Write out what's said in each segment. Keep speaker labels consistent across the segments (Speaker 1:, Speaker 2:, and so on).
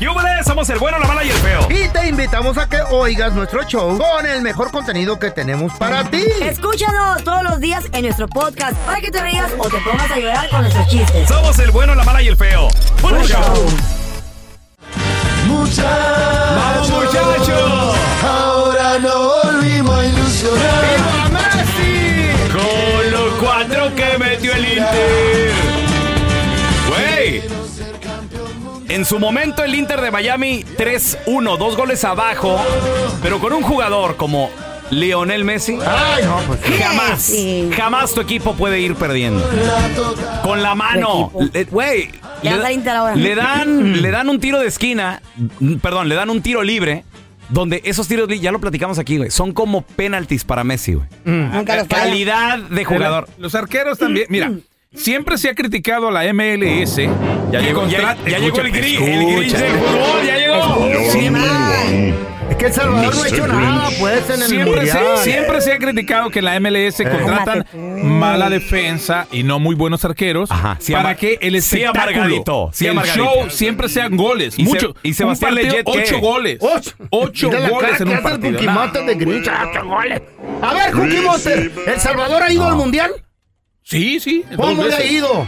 Speaker 1: ¡Yúbales! Somos el bueno, la mala y el feo.
Speaker 2: Y te invitamos a que oigas nuestro show con el mejor contenido que tenemos para ti.
Speaker 3: Escúchanos todos los días en nuestro podcast para que te rías o te pongas a llorar con nuestros chistes.
Speaker 1: Somos el bueno, la mala y el feo. ¡Puro show!
Speaker 4: Muchachos,
Speaker 1: ¡Vamos, muchachos!
Speaker 4: ahora no volvimos a ilusionar.
Speaker 2: ¡Viva Messi!
Speaker 1: Con los cuatro que metió el Inter. Güey. En su momento el Inter de Miami 3-1, dos goles abajo, pero con un jugador como Lionel Messi,
Speaker 2: Ay, no, pues sí.
Speaker 1: jamás,
Speaker 3: Messi.
Speaker 1: jamás tu equipo puede ir perdiendo. Con la mano,
Speaker 3: Tu equipo.
Speaker 1: le- güey,
Speaker 3: Le vas
Speaker 1: da-
Speaker 3: al Inter ahora.
Speaker 1: le dan, le dan un tiro de esquina, mm, perdón, le dan un tiro libre, donde esos tiros, li- ya lo platicamos aquí, güey, son como penaltis para Messi, güey.
Speaker 5: Mm,
Speaker 3: Nunca los falla.
Speaker 1: Calidad de jugador.
Speaker 5: Los arqueros también. Mira, siempre se ha criticado a la MLS.
Speaker 1: Ya llegó, ya, ya llegó el gris, el gris del fútbol, ya llegó.
Speaker 2: Sí, man. Es que El Salvador no ha hecho nada, pues, en el
Speaker 5: Siempre se,
Speaker 2: mundial.
Speaker 5: siempre se ha criticado que en la MLS contratan
Speaker 3: Cálmate tú.
Speaker 5: mala defensa y no muy buenos arqueros
Speaker 1: Ajá, sí,
Speaker 5: para
Speaker 1: amar-
Speaker 5: que el
Speaker 1: sí,
Speaker 5: espectáculo,
Speaker 1: amargadito, sí,
Speaker 5: el
Speaker 1: amargadito.
Speaker 5: show siempre sean goles.
Speaker 1: Y se-
Speaker 5: mucho.
Speaker 1: y Sebastián
Speaker 5: un partido,
Speaker 1: Leyet, ¿qué?
Speaker 5: ocho goles.
Speaker 2: Ocho.
Speaker 5: Ocho
Speaker 2: Mira la
Speaker 5: goles
Speaker 2: cara
Speaker 5: en
Speaker 2: que
Speaker 5: un
Speaker 2: hace el
Speaker 5: partido.
Speaker 2: Cookie Monster de Grinch. Ocho goles. A ver, Cookie Monster, ¿El Salvador ha ido al mundial?
Speaker 5: Sí, sí. dos
Speaker 2: ¿Cómo le ha
Speaker 5: veces.
Speaker 2: ido?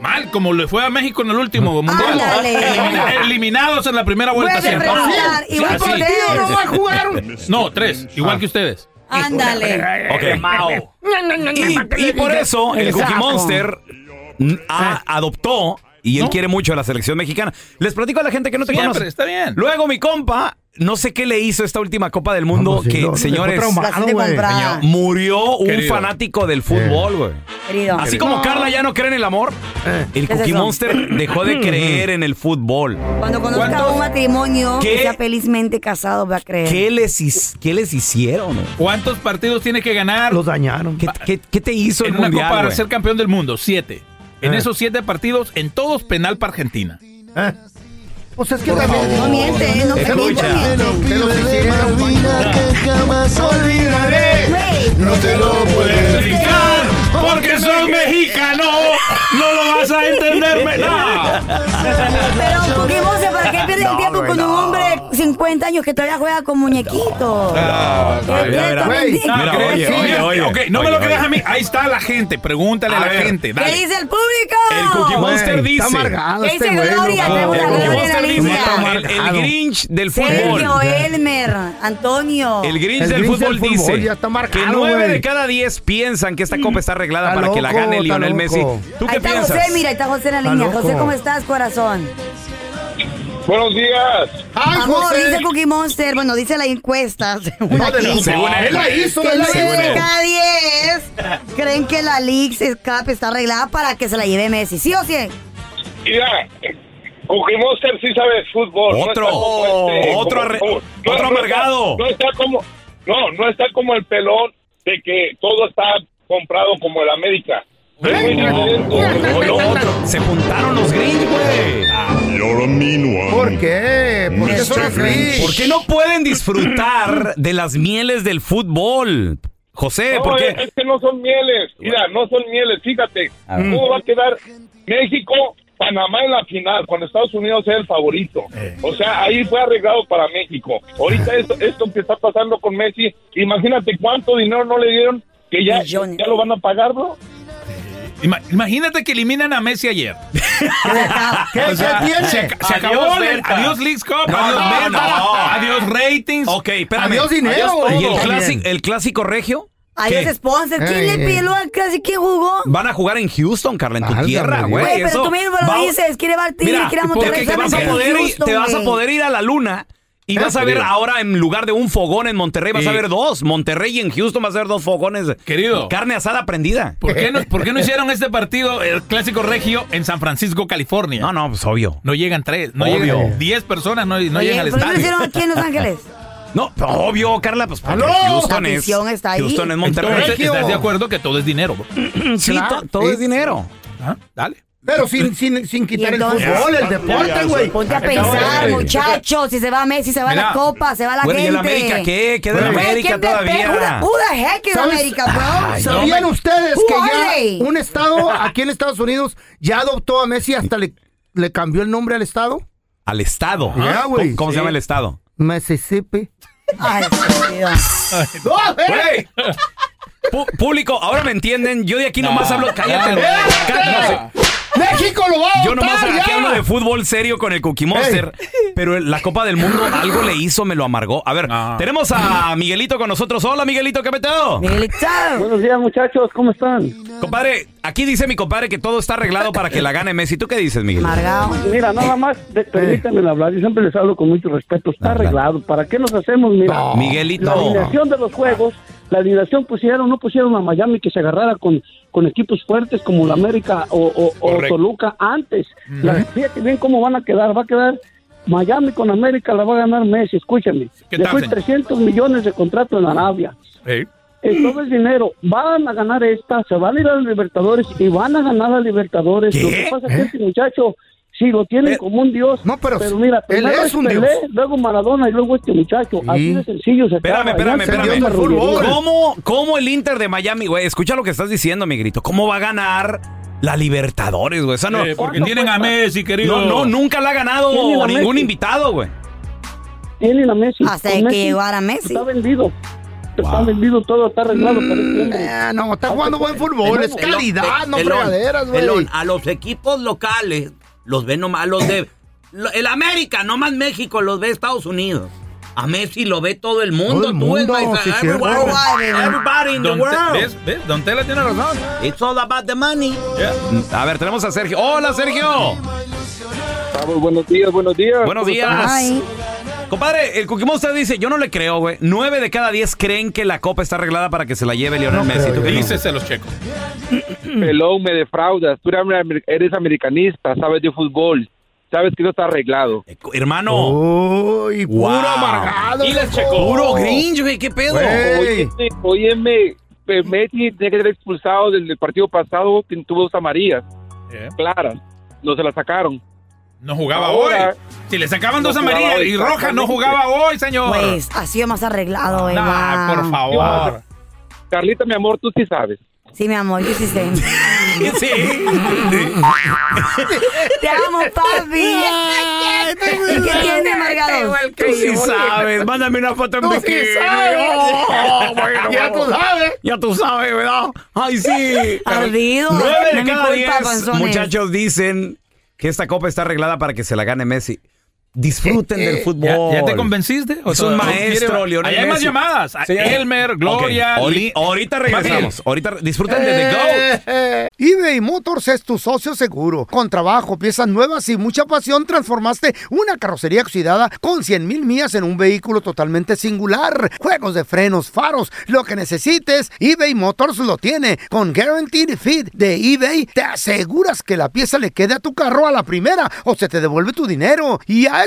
Speaker 5: Mal, como le fue a México en el último mundial.
Speaker 3: Ándale.
Speaker 5: Elimina- eliminados en la primera vuelta.
Speaker 3: Puede
Speaker 5: siempre.
Speaker 3: remontar,
Speaker 5: Sí,
Speaker 3: igual
Speaker 5: así.
Speaker 3: que
Speaker 2: Tío, no va a jugar.
Speaker 5: No, tres, igual que ustedes.
Speaker 3: Ándale.
Speaker 1: Ok. Mao. Y, y por eso el
Speaker 3: Exacto.
Speaker 1: Cookie Monster mm,
Speaker 2: Ah.
Speaker 1: a- adoptó y él
Speaker 5: ¿No?
Speaker 1: quiere mucho a la selección mexicana. Les platico a la gente que no te
Speaker 5: Siempre,
Speaker 1: conoce.
Speaker 5: está bien.
Speaker 1: Luego mi compa, no sé qué le hizo esta última Copa del Mundo
Speaker 2: No, pues, sí,
Speaker 1: que,
Speaker 2: lo- lo dejó
Speaker 1: señores,
Speaker 2: traumado,
Speaker 3: La gente
Speaker 2: güey.
Speaker 3: comprada.
Speaker 1: murió un
Speaker 5: Querido.
Speaker 1: fanático del fútbol, güey.
Speaker 2: Ah.
Speaker 3: Querido.
Speaker 1: Así como Carla ya no cree en el amor, el
Speaker 2: Eh.
Speaker 3: ¿Qué es
Speaker 1: Cookie
Speaker 3: eso?
Speaker 1: Monster dejó
Speaker 2: Mm.
Speaker 1: de creer en el fútbol.
Speaker 3: Cuando conozca
Speaker 5: ¿Cuántos?
Speaker 3: un matrimonio
Speaker 1: ¿Qué?
Speaker 3: que sea felizmente casado, va a creer.
Speaker 1: ¿Qué les, his- qué les hicieron? güey?
Speaker 5: ¿Cuántos partidos tiene que ganar
Speaker 2: Los dañaron.
Speaker 1: ¿Qué, qué- qué te hizo
Speaker 5: en
Speaker 1: el
Speaker 5: una
Speaker 1: mundial,
Speaker 5: copa para
Speaker 1: güey?
Speaker 5: ser campeón del mundo? Siete. En
Speaker 2: Eh.
Speaker 5: esos siete partidos, en todos penal para Argentina.
Speaker 2: ¿Eh? Pues es que también...
Speaker 3: No miente, ¿eh? no te miento,
Speaker 1: Escucha.
Speaker 3: miente.
Speaker 4: No pibe de Malvina que jamás olvidaré.
Speaker 3: Güey,
Speaker 4: No te lo puedes
Speaker 5: ¡Brincar! ¡Porque soy mexicano! ¡No lo vas a entenderme! ¡No!
Speaker 3: Pero Cookie Monster, ¿para qué pierdes el tiempo con un hombre de 50 años que todavía juega con muñequitos?
Speaker 5: Ah,
Speaker 1: mira, mira,
Speaker 3: Directamente.
Speaker 5: No,
Speaker 1: Mira,
Speaker 5: ¿qué?
Speaker 1: oye,
Speaker 5: Sí,
Speaker 1: oye,
Speaker 5: ya-
Speaker 1: oye.
Speaker 5: ok, no me
Speaker 1: Oye,
Speaker 5: lo creas
Speaker 1: oye.
Speaker 5: a mí. Ahí está la gente. Pregúntale a,
Speaker 1: A
Speaker 5: la
Speaker 1: ver.
Speaker 5: gente.
Speaker 3: ¿Qué
Speaker 5: Dale.
Speaker 3: dice el público?
Speaker 1: El Cookie Monster dice.
Speaker 2: eh, Está amargado
Speaker 3: Ese
Speaker 2: este güey.
Speaker 3: Gloria,
Speaker 5: Ah,
Speaker 2: loco.
Speaker 3: tenemos
Speaker 1: El
Speaker 3: la
Speaker 1: Cookie
Speaker 3: gloria en la
Speaker 1: Monster dice,
Speaker 3: lista.
Speaker 1: el, el Grinch del
Speaker 3: Sergio
Speaker 1: fútbol.
Speaker 3: Elmer, Antonio.
Speaker 1: El Grinch
Speaker 2: El
Speaker 1: del
Speaker 2: Grinch
Speaker 1: fútbol
Speaker 2: del
Speaker 1: dice
Speaker 2: fútbol ya está marcado,
Speaker 1: que nueve
Speaker 2: güey. Mm.
Speaker 1: de cada diez piensan que esta copa está arreglada
Speaker 2: Está
Speaker 1: para que la
Speaker 2: loco,
Speaker 1: gane
Speaker 2: está
Speaker 1: Lionel Messi.
Speaker 2: loco.
Speaker 1: ¿Tú
Speaker 3: ahí
Speaker 1: qué
Speaker 3: está
Speaker 1: piensas?
Speaker 3: José, mira, ahí está José en la
Speaker 2: Está
Speaker 3: línea.
Speaker 2: loco.
Speaker 3: José, ¿cómo estás, corazón?
Speaker 6: Buenos días.
Speaker 2: ¡Ay,
Speaker 3: Amor,
Speaker 2: José!
Speaker 3: dice Cookie Monster, bueno, dice la encuesta, según
Speaker 2: No, de
Speaker 3: aquí,
Speaker 2: loco.
Speaker 1: Según él.
Speaker 2: él la hizo,
Speaker 3: que
Speaker 2: él la
Speaker 3: nueve de
Speaker 2: hizo.
Speaker 3: cada 10 creen que la Leagues Cup está arreglada para que se la lleve Messi. ¿Sí o sí?
Speaker 6: Mira, Cookie Monster sí sabe de fútbol.
Speaker 1: Otro.
Speaker 6: está como
Speaker 1: Otro arre- otro amargado.
Speaker 6: No está, como, no, no está como el pelón de que todo está comprado como el América. Es muy diferente.
Speaker 1: O lo otro. Se juntaron los Grinch, güey.
Speaker 2: ¿Por qué? ¿Por qué son así?
Speaker 1: ¿Por qué no pueden disfrutar de las mieles del fútbol? José,
Speaker 6: No,
Speaker 1: ¿por
Speaker 6: es-
Speaker 5: eh,
Speaker 1: qué?
Speaker 6: es que no son mieles. Mira, no son mieles. Fíjate, ¿cómo va a quedar México, Panamá en la final, cuando Estados Unidos sea el favorito?
Speaker 5: Eh.
Speaker 6: O sea, ahí fue arreglado para México.
Speaker 5: Ah.
Speaker 6: Ahorita esto, esto que está pasando con Messi, imagínate cuánto dinero no le dieron que ya,
Speaker 3: Millones.
Speaker 6: ya lo van a pagar, bro.
Speaker 5: Ima- imagínate que eliminan a Messi ayer.
Speaker 2: ¿Qué-
Speaker 5: O sea,
Speaker 2: qué tiene?
Speaker 5: Se, ac- se
Speaker 1: Adiós,
Speaker 5: acabó. el-
Speaker 1: venta.
Speaker 5: adiós Leagues Cup.
Speaker 1: No,
Speaker 5: adiós
Speaker 1: no,
Speaker 5: venta,
Speaker 1: no.
Speaker 5: Adiós ratings.
Speaker 1: Ok, espérame.
Speaker 2: Adiós dinero,
Speaker 1: ¿Y el,
Speaker 2: güey.
Speaker 1: clasi- el clásico regio? ¿Qué?
Speaker 3: Adiós, sponsor. ¿Quién
Speaker 2: Ey,
Speaker 3: le
Speaker 2: ey.
Speaker 3: peló al clásico? ¿Quién jugó?
Speaker 1: Van a jugar en Houston, Carla, en tu
Speaker 2: Válgame
Speaker 1: tierra,
Speaker 2: Dios.
Speaker 1: güey.
Speaker 3: Güey, pero
Speaker 1: eso-
Speaker 3: tú mismo
Speaker 1: va-
Speaker 3: lo dices. Quiere ir a Tigre,
Speaker 1: Mira,
Speaker 3: quiere ir a
Speaker 1: porque
Speaker 3: Monterrey.
Speaker 1: te vas, a
Speaker 3: solamente
Speaker 1: poder, ir-
Speaker 3: Houston,
Speaker 1: te vas a
Speaker 3: güey.
Speaker 1: poder ir a la luna y vas a
Speaker 5: Ah,
Speaker 1: ver
Speaker 5: querido.
Speaker 1: ahora en lugar de un fogón en Monterrey, vas a
Speaker 5: Sí.
Speaker 1: ver dos. Monterrey y en Houston vas a ver dos fogones.
Speaker 5: Querido.
Speaker 1: Carne asada prendida.
Speaker 5: ¿Por qué, no, por qué no hicieron este partido, el clásico regio, en San Francisco, California?
Speaker 1: No, no, pues obvio.
Speaker 5: No llegan tres, no
Speaker 1: Obvio.
Speaker 5: llegan diez personas, no, no
Speaker 3: Oye,
Speaker 5: llegan al
Speaker 3: ¿por qué lo
Speaker 5: estadio.
Speaker 3: hicieron aquí en Los Ángeles?
Speaker 1: No, pues, obvio, Carla, pues porque
Speaker 2: ¡Aló!
Speaker 1: Houston
Speaker 3: La
Speaker 1: es.
Speaker 3: afición está ahí.
Speaker 1: Houston es
Speaker 5: Entonces,
Speaker 1: Monterrey.
Speaker 2: Regio.
Speaker 5: ¿estás de acuerdo que todo es dinero? bro?
Speaker 1: Sí,
Speaker 2: Claro.
Speaker 1: to- todo es dinero.
Speaker 5: Ah, Dale.
Speaker 2: Pero sin, sin, sin quitar
Speaker 3: Y
Speaker 2: el
Speaker 3: entonces-
Speaker 2: fútbol, el deporte, güey.
Speaker 3: Ponte a
Speaker 2: Acabo
Speaker 3: pensar,
Speaker 2: de-
Speaker 3: muchachos. Si se va Messi, se va
Speaker 5: Mira,
Speaker 3: la copa, se va la
Speaker 1: Bueno, ¿y
Speaker 3: gente.
Speaker 1: el América qué? ¿Qué de la
Speaker 3: Güey,
Speaker 1: América
Speaker 3: ¿quién te pega? Who the-
Speaker 1: todavía?
Speaker 3: who the heck is
Speaker 2: ¿Sabes?
Speaker 3: América, bro?
Speaker 1: Ay,
Speaker 3: So-
Speaker 2: ¿Sabían ustedes
Speaker 3: Who
Speaker 2: que
Speaker 3: are
Speaker 2: ya
Speaker 3: they?
Speaker 2: un estado aquí en Estados Unidos ya adoptó a Messi hasta le, le cambió el nombre al estado?
Speaker 1: Al estado.
Speaker 5: Ah,
Speaker 2: Ya,
Speaker 1: ¿Cómo-
Speaker 2: güey,
Speaker 1: ¿Cómo se
Speaker 2: sí.
Speaker 1: llama el estado?
Speaker 2: Mississippi.
Speaker 3: Ay, Dios.
Speaker 2: ¡No, a ver!
Speaker 1: Pú- Público, ahora me entienden. Yo de aquí nomás hablo.
Speaker 5: Claro.
Speaker 1: Cállate. güey. Cá- no sé.
Speaker 2: ¡México lo va a
Speaker 1: Yo
Speaker 2: adoptar,
Speaker 1: nomás aquí
Speaker 2: ya!
Speaker 1: hablo de fútbol serio con el Cookie Monster, pero el- la Copa del Mundo algo le hizo, me lo amargó. A ver,
Speaker 5: Ah.
Speaker 1: tenemos a Miguelito con nosotros. Hola, Miguelito, ¿qué peteo?
Speaker 3: Miguelito.
Speaker 7: Buenos días, muchachos, ¿cómo están?
Speaker 1: Compadre, aquí dice mi compadre que todo está arreglado para que la gane Messi. ¿Tú qué dices, Miguelito?
Speaker 3: Amargado.
Speaker 7: Mira, nada más,
Speaker 2: Eh.
Speaker 7: de- permítanme hablar, yo siempre les hablo con mucho respeto, está
Speaker 1: Adelante.
Speaker 7: arreglado, ¿para qué nos hacemos? Mira, la
Speaker 1: Miguelito.
Speaker 7: alineación de los juegos, la alineación pusieron, no pusieron a Miami que se agarrara con, con equipos fuertes como la América o, o- o
Speaker 5: Correcto.
Speaker 7: Toluca antes.
Speaker 2: Mm.
Speaker 7: La- fíjate bien cómo van a quedar, va a quedar Miami con América, la va a ganar Messi, escúchame.
Speaker 5: ¿Qué tal,
Speaker 7: Después
Speaker 5: señor?
Speaker 7: 300 millones de contrato en Arabia.
Speaker 5: Ey.
Speaker 7: Eh, Todo es dinero. Van a ganar esta, se van a ir a los Libertadores y van a ganar a Libertadores. Lo que pasa es
Speaker 5: ¿Eh?
Speaker 7: que este muchacho, sí, lo tienen como un dios.
Speaker 2: No, pero
Speaker 7: mira,
Speaker 2: él
Speaker 7: primero
Speaker 2: es un
Speaker 7: Pelé,
Speaker 2: dios.
Speaker 7: luego Maradona y luego este muchacho.
Speaker 2: Sí.
Speaker 7: Así de sencillo se
Speaker 1: Espérame,
Speaker 7: acaba.
Speaker 1: espérame,
Speaker 7: Ya se
Speaker 1: espérame.
Speaker 7: dio una
Speaker 2: Fútbol.
Speaker 7: reunión.
Speaker 1: ¿Cómo, ¿Cómo el Inter de Miami, güey? Escucha lo que estás diciendo, Miguelito. ¿Cómo va a ganar la Libertadores, güey? Esa no,
Speaker 5: Eh, porque tienen a Messi, querido.
Speaker 1: no, no, nunca la ha
Speaker 7: ¿Quién es
Speaker 1: ganado
Speaker 7: la
Speaker 1: ningún
Speaker 7: Messi?
Speaker 1: invitado, güey.
Speaker 7: Tienen a Messi.
Speaker 3: Hasta
Speaker 7: Con
Speaker 3: que
Speaker 7: Messi
Speaker 3: llegó ahora Messi.
Speaker 7: Está vendido. Está vendido todo, está arreglado. para este hombre.
Speaker 2: Eh, no, está jugando buen fútbol, es calidad, no fregaderas, güey.
Speaker 8: Pelón, a los equipos locales los ven nomás los de... lo- el América, nomás México, los ve Estados Unidos. A Messi lo ve todo el mundo.
Speaker 2: Todo el
Speaker 8: tú, es
Speaker 2: mundo,
Speaker 8: my-
Speaker 2: sí, cierto.
Speaker 8: everyone, everybody in the
Speaker 5: Don Te-
Speaker 8: world.
Speaker 5: ¿Ves? ¿Ves? Don Tela tiene razón.
Speaker 8: It's all about the money.
Speaker 1: A ver, tenemos a Sergio. ¡Hola, Sergio!
Speaker 6: Vamos, Ah, buenos días, buenos días.
Speaker 1: Buenos
Speaker 6: ¿Cómo
Speaker 1: días.
Speaker 3: Ay,
Speaker 1: Compadre, el Cookie Monster dice, yo no le creo, güey. Nueve de cada diez creen que la copa está arreglada para que se la lleve Lionel Messi. ¿Tú qué dices?
Speaker 5: Dícese los checos.
Speaker 6: Pelón, me defraudas. Tú eres amer- eres americanista, sabes de fútbol. Sabes que no está arreglado.
Speaker 1: Eh, cu- Hermano,
Speaker 2: Uy, puro
Speaker 1: Wow.
Speaker 2: amargado.
Speaker 5: Y las
Speaker 2: loco.
Speaker 5: checó.
Speaker 1: puro grinch, güey, qué pedo.
Speaker 2: Güey.
Speaker 6: Óyeme, Este, óyeme, eh, Messi tiene que ser expulsado del del partido pasado, que tuvo dos amarillas
Speaker 5: Eh,
Speaker 6: claras. No se la sacaron.
Speaker 5: No jugaba
Speaker 6: Ahora-
Speaker 5: hoy. Si le sacaban
Speaker 6: No
Speaker 5: dos
Speaker 6: jugaba
Speaker 5: amarillas
Speaker 6: hoy,
Speaker 5: y rojas, no
Speaker 6: exactamente.
Speaker 5: jugaba hoy, señor.
Speaker 3: pues, ha sido más arreglado, güey.
Speaker 5: Nah,
Speaker 3: wow.
Speaker 1: pues,
Speaker 5: por favor.
Speaker 6: Carlita, mi amor, tú sí sabes.
Speaker 3: Sí, mi amor, yo sí sé.
Speaker 1: Sí.
Speaker 3: Te amo, papi. ¿Y qué tiene, amargado?
Speaker 1: Tú sí sabes. Mándame una foto en
Speaker 2: Tú sí
Speaker 1: bikini.
Speaker 2: sabes.
Speaker 1: Oh, bueno,
Speaker 2: Ya tú sabes.
Speaker 1: ya tú sabes, ¿verdad? Ay, sí.
Speaker 3: Ardido.
Speaker 1: Nueve de
Speaker 3: No es mi
Speaker 1: cada
Speaker 3: culpa,
Speaker 1: diez
Speaker 3: panzones.
Speaker 1: muchachos dicen que esta copa está arreglada para que se la gane Messi.
Speaker 2: Eh,
Speaker 1: Disfruten del
Speaker 5: ¿Ya,
Speaker 1: fútbol.
Speaker 5: ya te convenciste?
Speaker 1: Es un maestro, Lionel
Speaker 5: Allá hay más
Speaker 1: Messi.
Speaker 5: llamadas. Eh, A-
Speaker 1: Sí, hay.
Speaker 5: Elmer, Gloria,
Speaker 1: Ok, ahori-
Speaker 5: Li-
Speaker 1: ahorita regresamos. Ahorita re- disfruten de The Go.
Speaker 2: Eh, eh. eBay Motors es tu socio seguro. Con trabajo, piezas nuevas y mucha pasión, transformaste una carrocería oxidada con 100 mil millas en un vehículo totalmente singular. Juegos de frenos, faros, lo que necesites, eBay Motors lo tiene. Con Guaranteed Fit de eBay, te aseguras que la pieza le quede a tu carro a la primera o se te devuelve tu dinero. Y a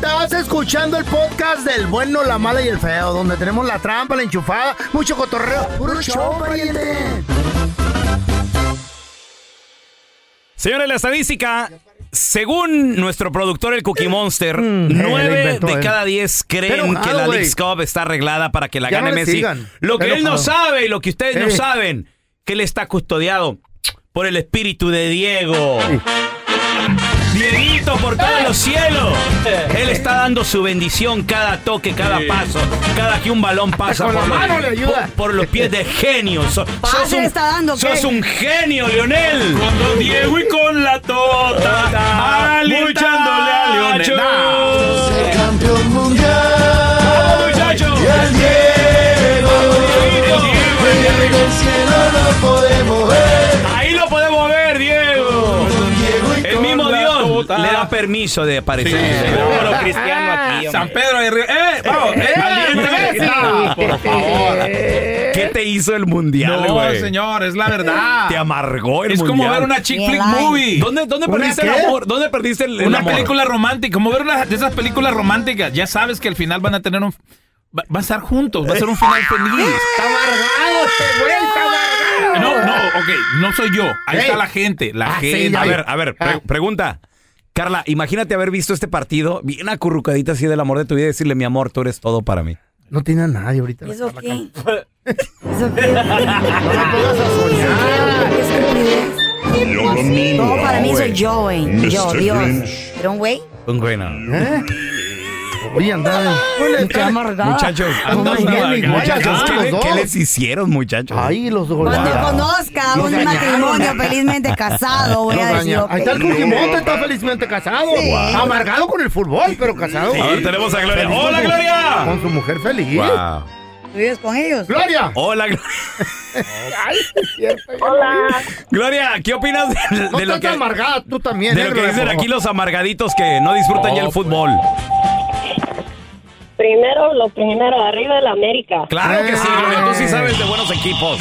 Speaker 2: Estás escuchando el podcast del bueno, la mala y el feo, donde tenemos la trampa, la enchufada, mucho cotorreo. ¡Puro show, pariente!
Speaker 1: Señores, la estadística, según nuestro productor el Cookie Monster,
Speaker 5: lo
Speaker 1: 9
Speaker 5: inventó
Speaker 1: de
Speaker 5: Mm. él.
Speaker 1: cada 10 creen
Speaker 5: Pero
Speaker 1: que
Speaker 5: enojado,
Speaker 1: la
Speaker 5: güey.
Speaker 1: Leagues Cup está arreglada para que la
Speaker 5: Ya
Speaker 1: gane
Speaker 5: no le
Speaker 1: Messi.
Speaker 5: sigan.
Speaker 1: Lo que
Speaker 5: Está
Speaker 1: él no
Speaker 5: enojado.
Speaker 1: sabe y lo que ustedes no
Speaker 5: Eh.
Speaker 1: saben, que él está custodiado por el espíritu de Diego. Dieguito por todos los cielos. Él está dando su bendición cada toque, cada paso, cada que un balón pasa
Speaker 2: con la
Speaker 1: por,
Speaker 2: mano le ayuda.
Speaker 1: por- por los pies de genio. So-
Speaker 3: Ah,
Speaker 2: Pase
Speaker 1: sos un-
Speaker 2: le está dando, ¿qué?
Speaker 1: sos un genio, Leonel.
Speaker 5: Con Don Diego y con la tota, alientándole a Leonel. Nah.
Speaker 4: Ser campeón mundial. Y al Diego. El Diego del cielo lo podemos ver.
Speaker 1: Ahí lo podemos ver, Diego. El mismo Dios
Speaker 4: tota.
Speaker 1: le da permiso de aparecer. Vámonos, cristiano aquí. San Pedro de Río. ¡Eh! ¡Vamos!
Speaker 5: eh, Messi.
Speaker 1: Ah, por favor. ¿Qué te hizo el mundial,
Speaker 5: No,
Speaker 1: güey?
Speaker 5: señor, es la verdad.
Speaker 1: Te amargó el
Speaker 5: Es
Speaker 1: mundial.
Speaker 5: como ver una chick flick
Speaker 1: Bien,
Speaker 5: movie.
Speaker 1: ¿Dónde, dónde
Speaker 5: ¿Una
Speaker 1: perdiste
Speaker 5: qué?
Speaker 1: el amor? ¿Dónde perdiste el, el
Speaker 5: una
Speaker 1: amor?
Speaker 5: película romántica, como ver una de esas películas románticas, ya sabes que al final van a tener un va- van a estar juntos, va a ser un final feliz.
Speaker 2: ¡Está amargado este güey, está amargado!
Speaker 5: No, no, ok, no soy yo. Ahí
Speaker 1: Ey.
Speaker 5: está la gente, la
Speaker 1: Ah, sí,
Speaker 5: gente.
Speaker 1: a ver, a ver, pre- pregunta. Carla, imagínate haber visto este partido bien acurrucadita así del amor de tu vida y decirle, mi amor, tú eres todo para mí.
Speaker 2: No tiene a nadie ahorita.
Speaker 3: ¿Eso qué? Todo para mí soy yo, güey. Yo,
Speaker 1: Mr.
Speaker 3: Dios.
Speaker 1: Grinch.
Speaker 3: Pero un güey.
Speaker 1: Un güey no.
Speaker 2: ¿Eh? Oye, andaba.
Speaker 3: Qué amargada.
Speaker 1: Muchachos,
Speaker 2: Andaba bien,
Speaker 1: muchachos,
Speaker 2: igual,
Speaker 1: ¿qué,
Speaker 2: los
Speaker 1: le-
Speaker 2: dos.
Speaker 1: qué les hicieron, muchachos?
Speaker 2: Ay, los
Speaker 3: Cuando conozca un
Speaker 2: Los dañaron.
Speaker 3: matrimonio felizmente casado, voy
Speaker 2: Los
Speaker 3: a decir.
Speaker 2: daña.
Speaker 3: ok.
Speaker 2: Ahí está el Cujimonte, está felizmente casado.
Speaker 3: Sí. Wow.
Speaker 2: Amargado con el fútbol, pero casado.
Speaker 1: Sí. A ver, tenemos a Gloria.
Speaker 2: Feliz
Speaker 1: ¡Hola,
Speaker 2: con su-
Speaker 1: Gloria!
Speaker 2: Con su mujer feliz.
Speaker 1: Wow.
Speaker 3: ¿Tú vives con ellos?
Speaker 2: ¡Gloria!
Speaker 1: Hola, Glo- Gloria, ¿qué opinas de, de
Speaker 2: No
Speaker 1: lo
Speaker 2: estás
Speaker 1: que,
Speaker 2: amargada, tú también.
Speaker 1: de
Speaker 2: eh,
Speaker 1: lo que
Speaker 2: Gloria,
Speaker 1: dicen
Speaker 2: por
Speaker 1: aquí
Speaker 2: favor.
Speaker 1: los amargaditos que no disfrutan ya el fútbol?
Speaker 9: Primero, lo primero, arriba el América.
Speaker 1: Claro que sí, Gloria, tú sí sabes de buenos equipos.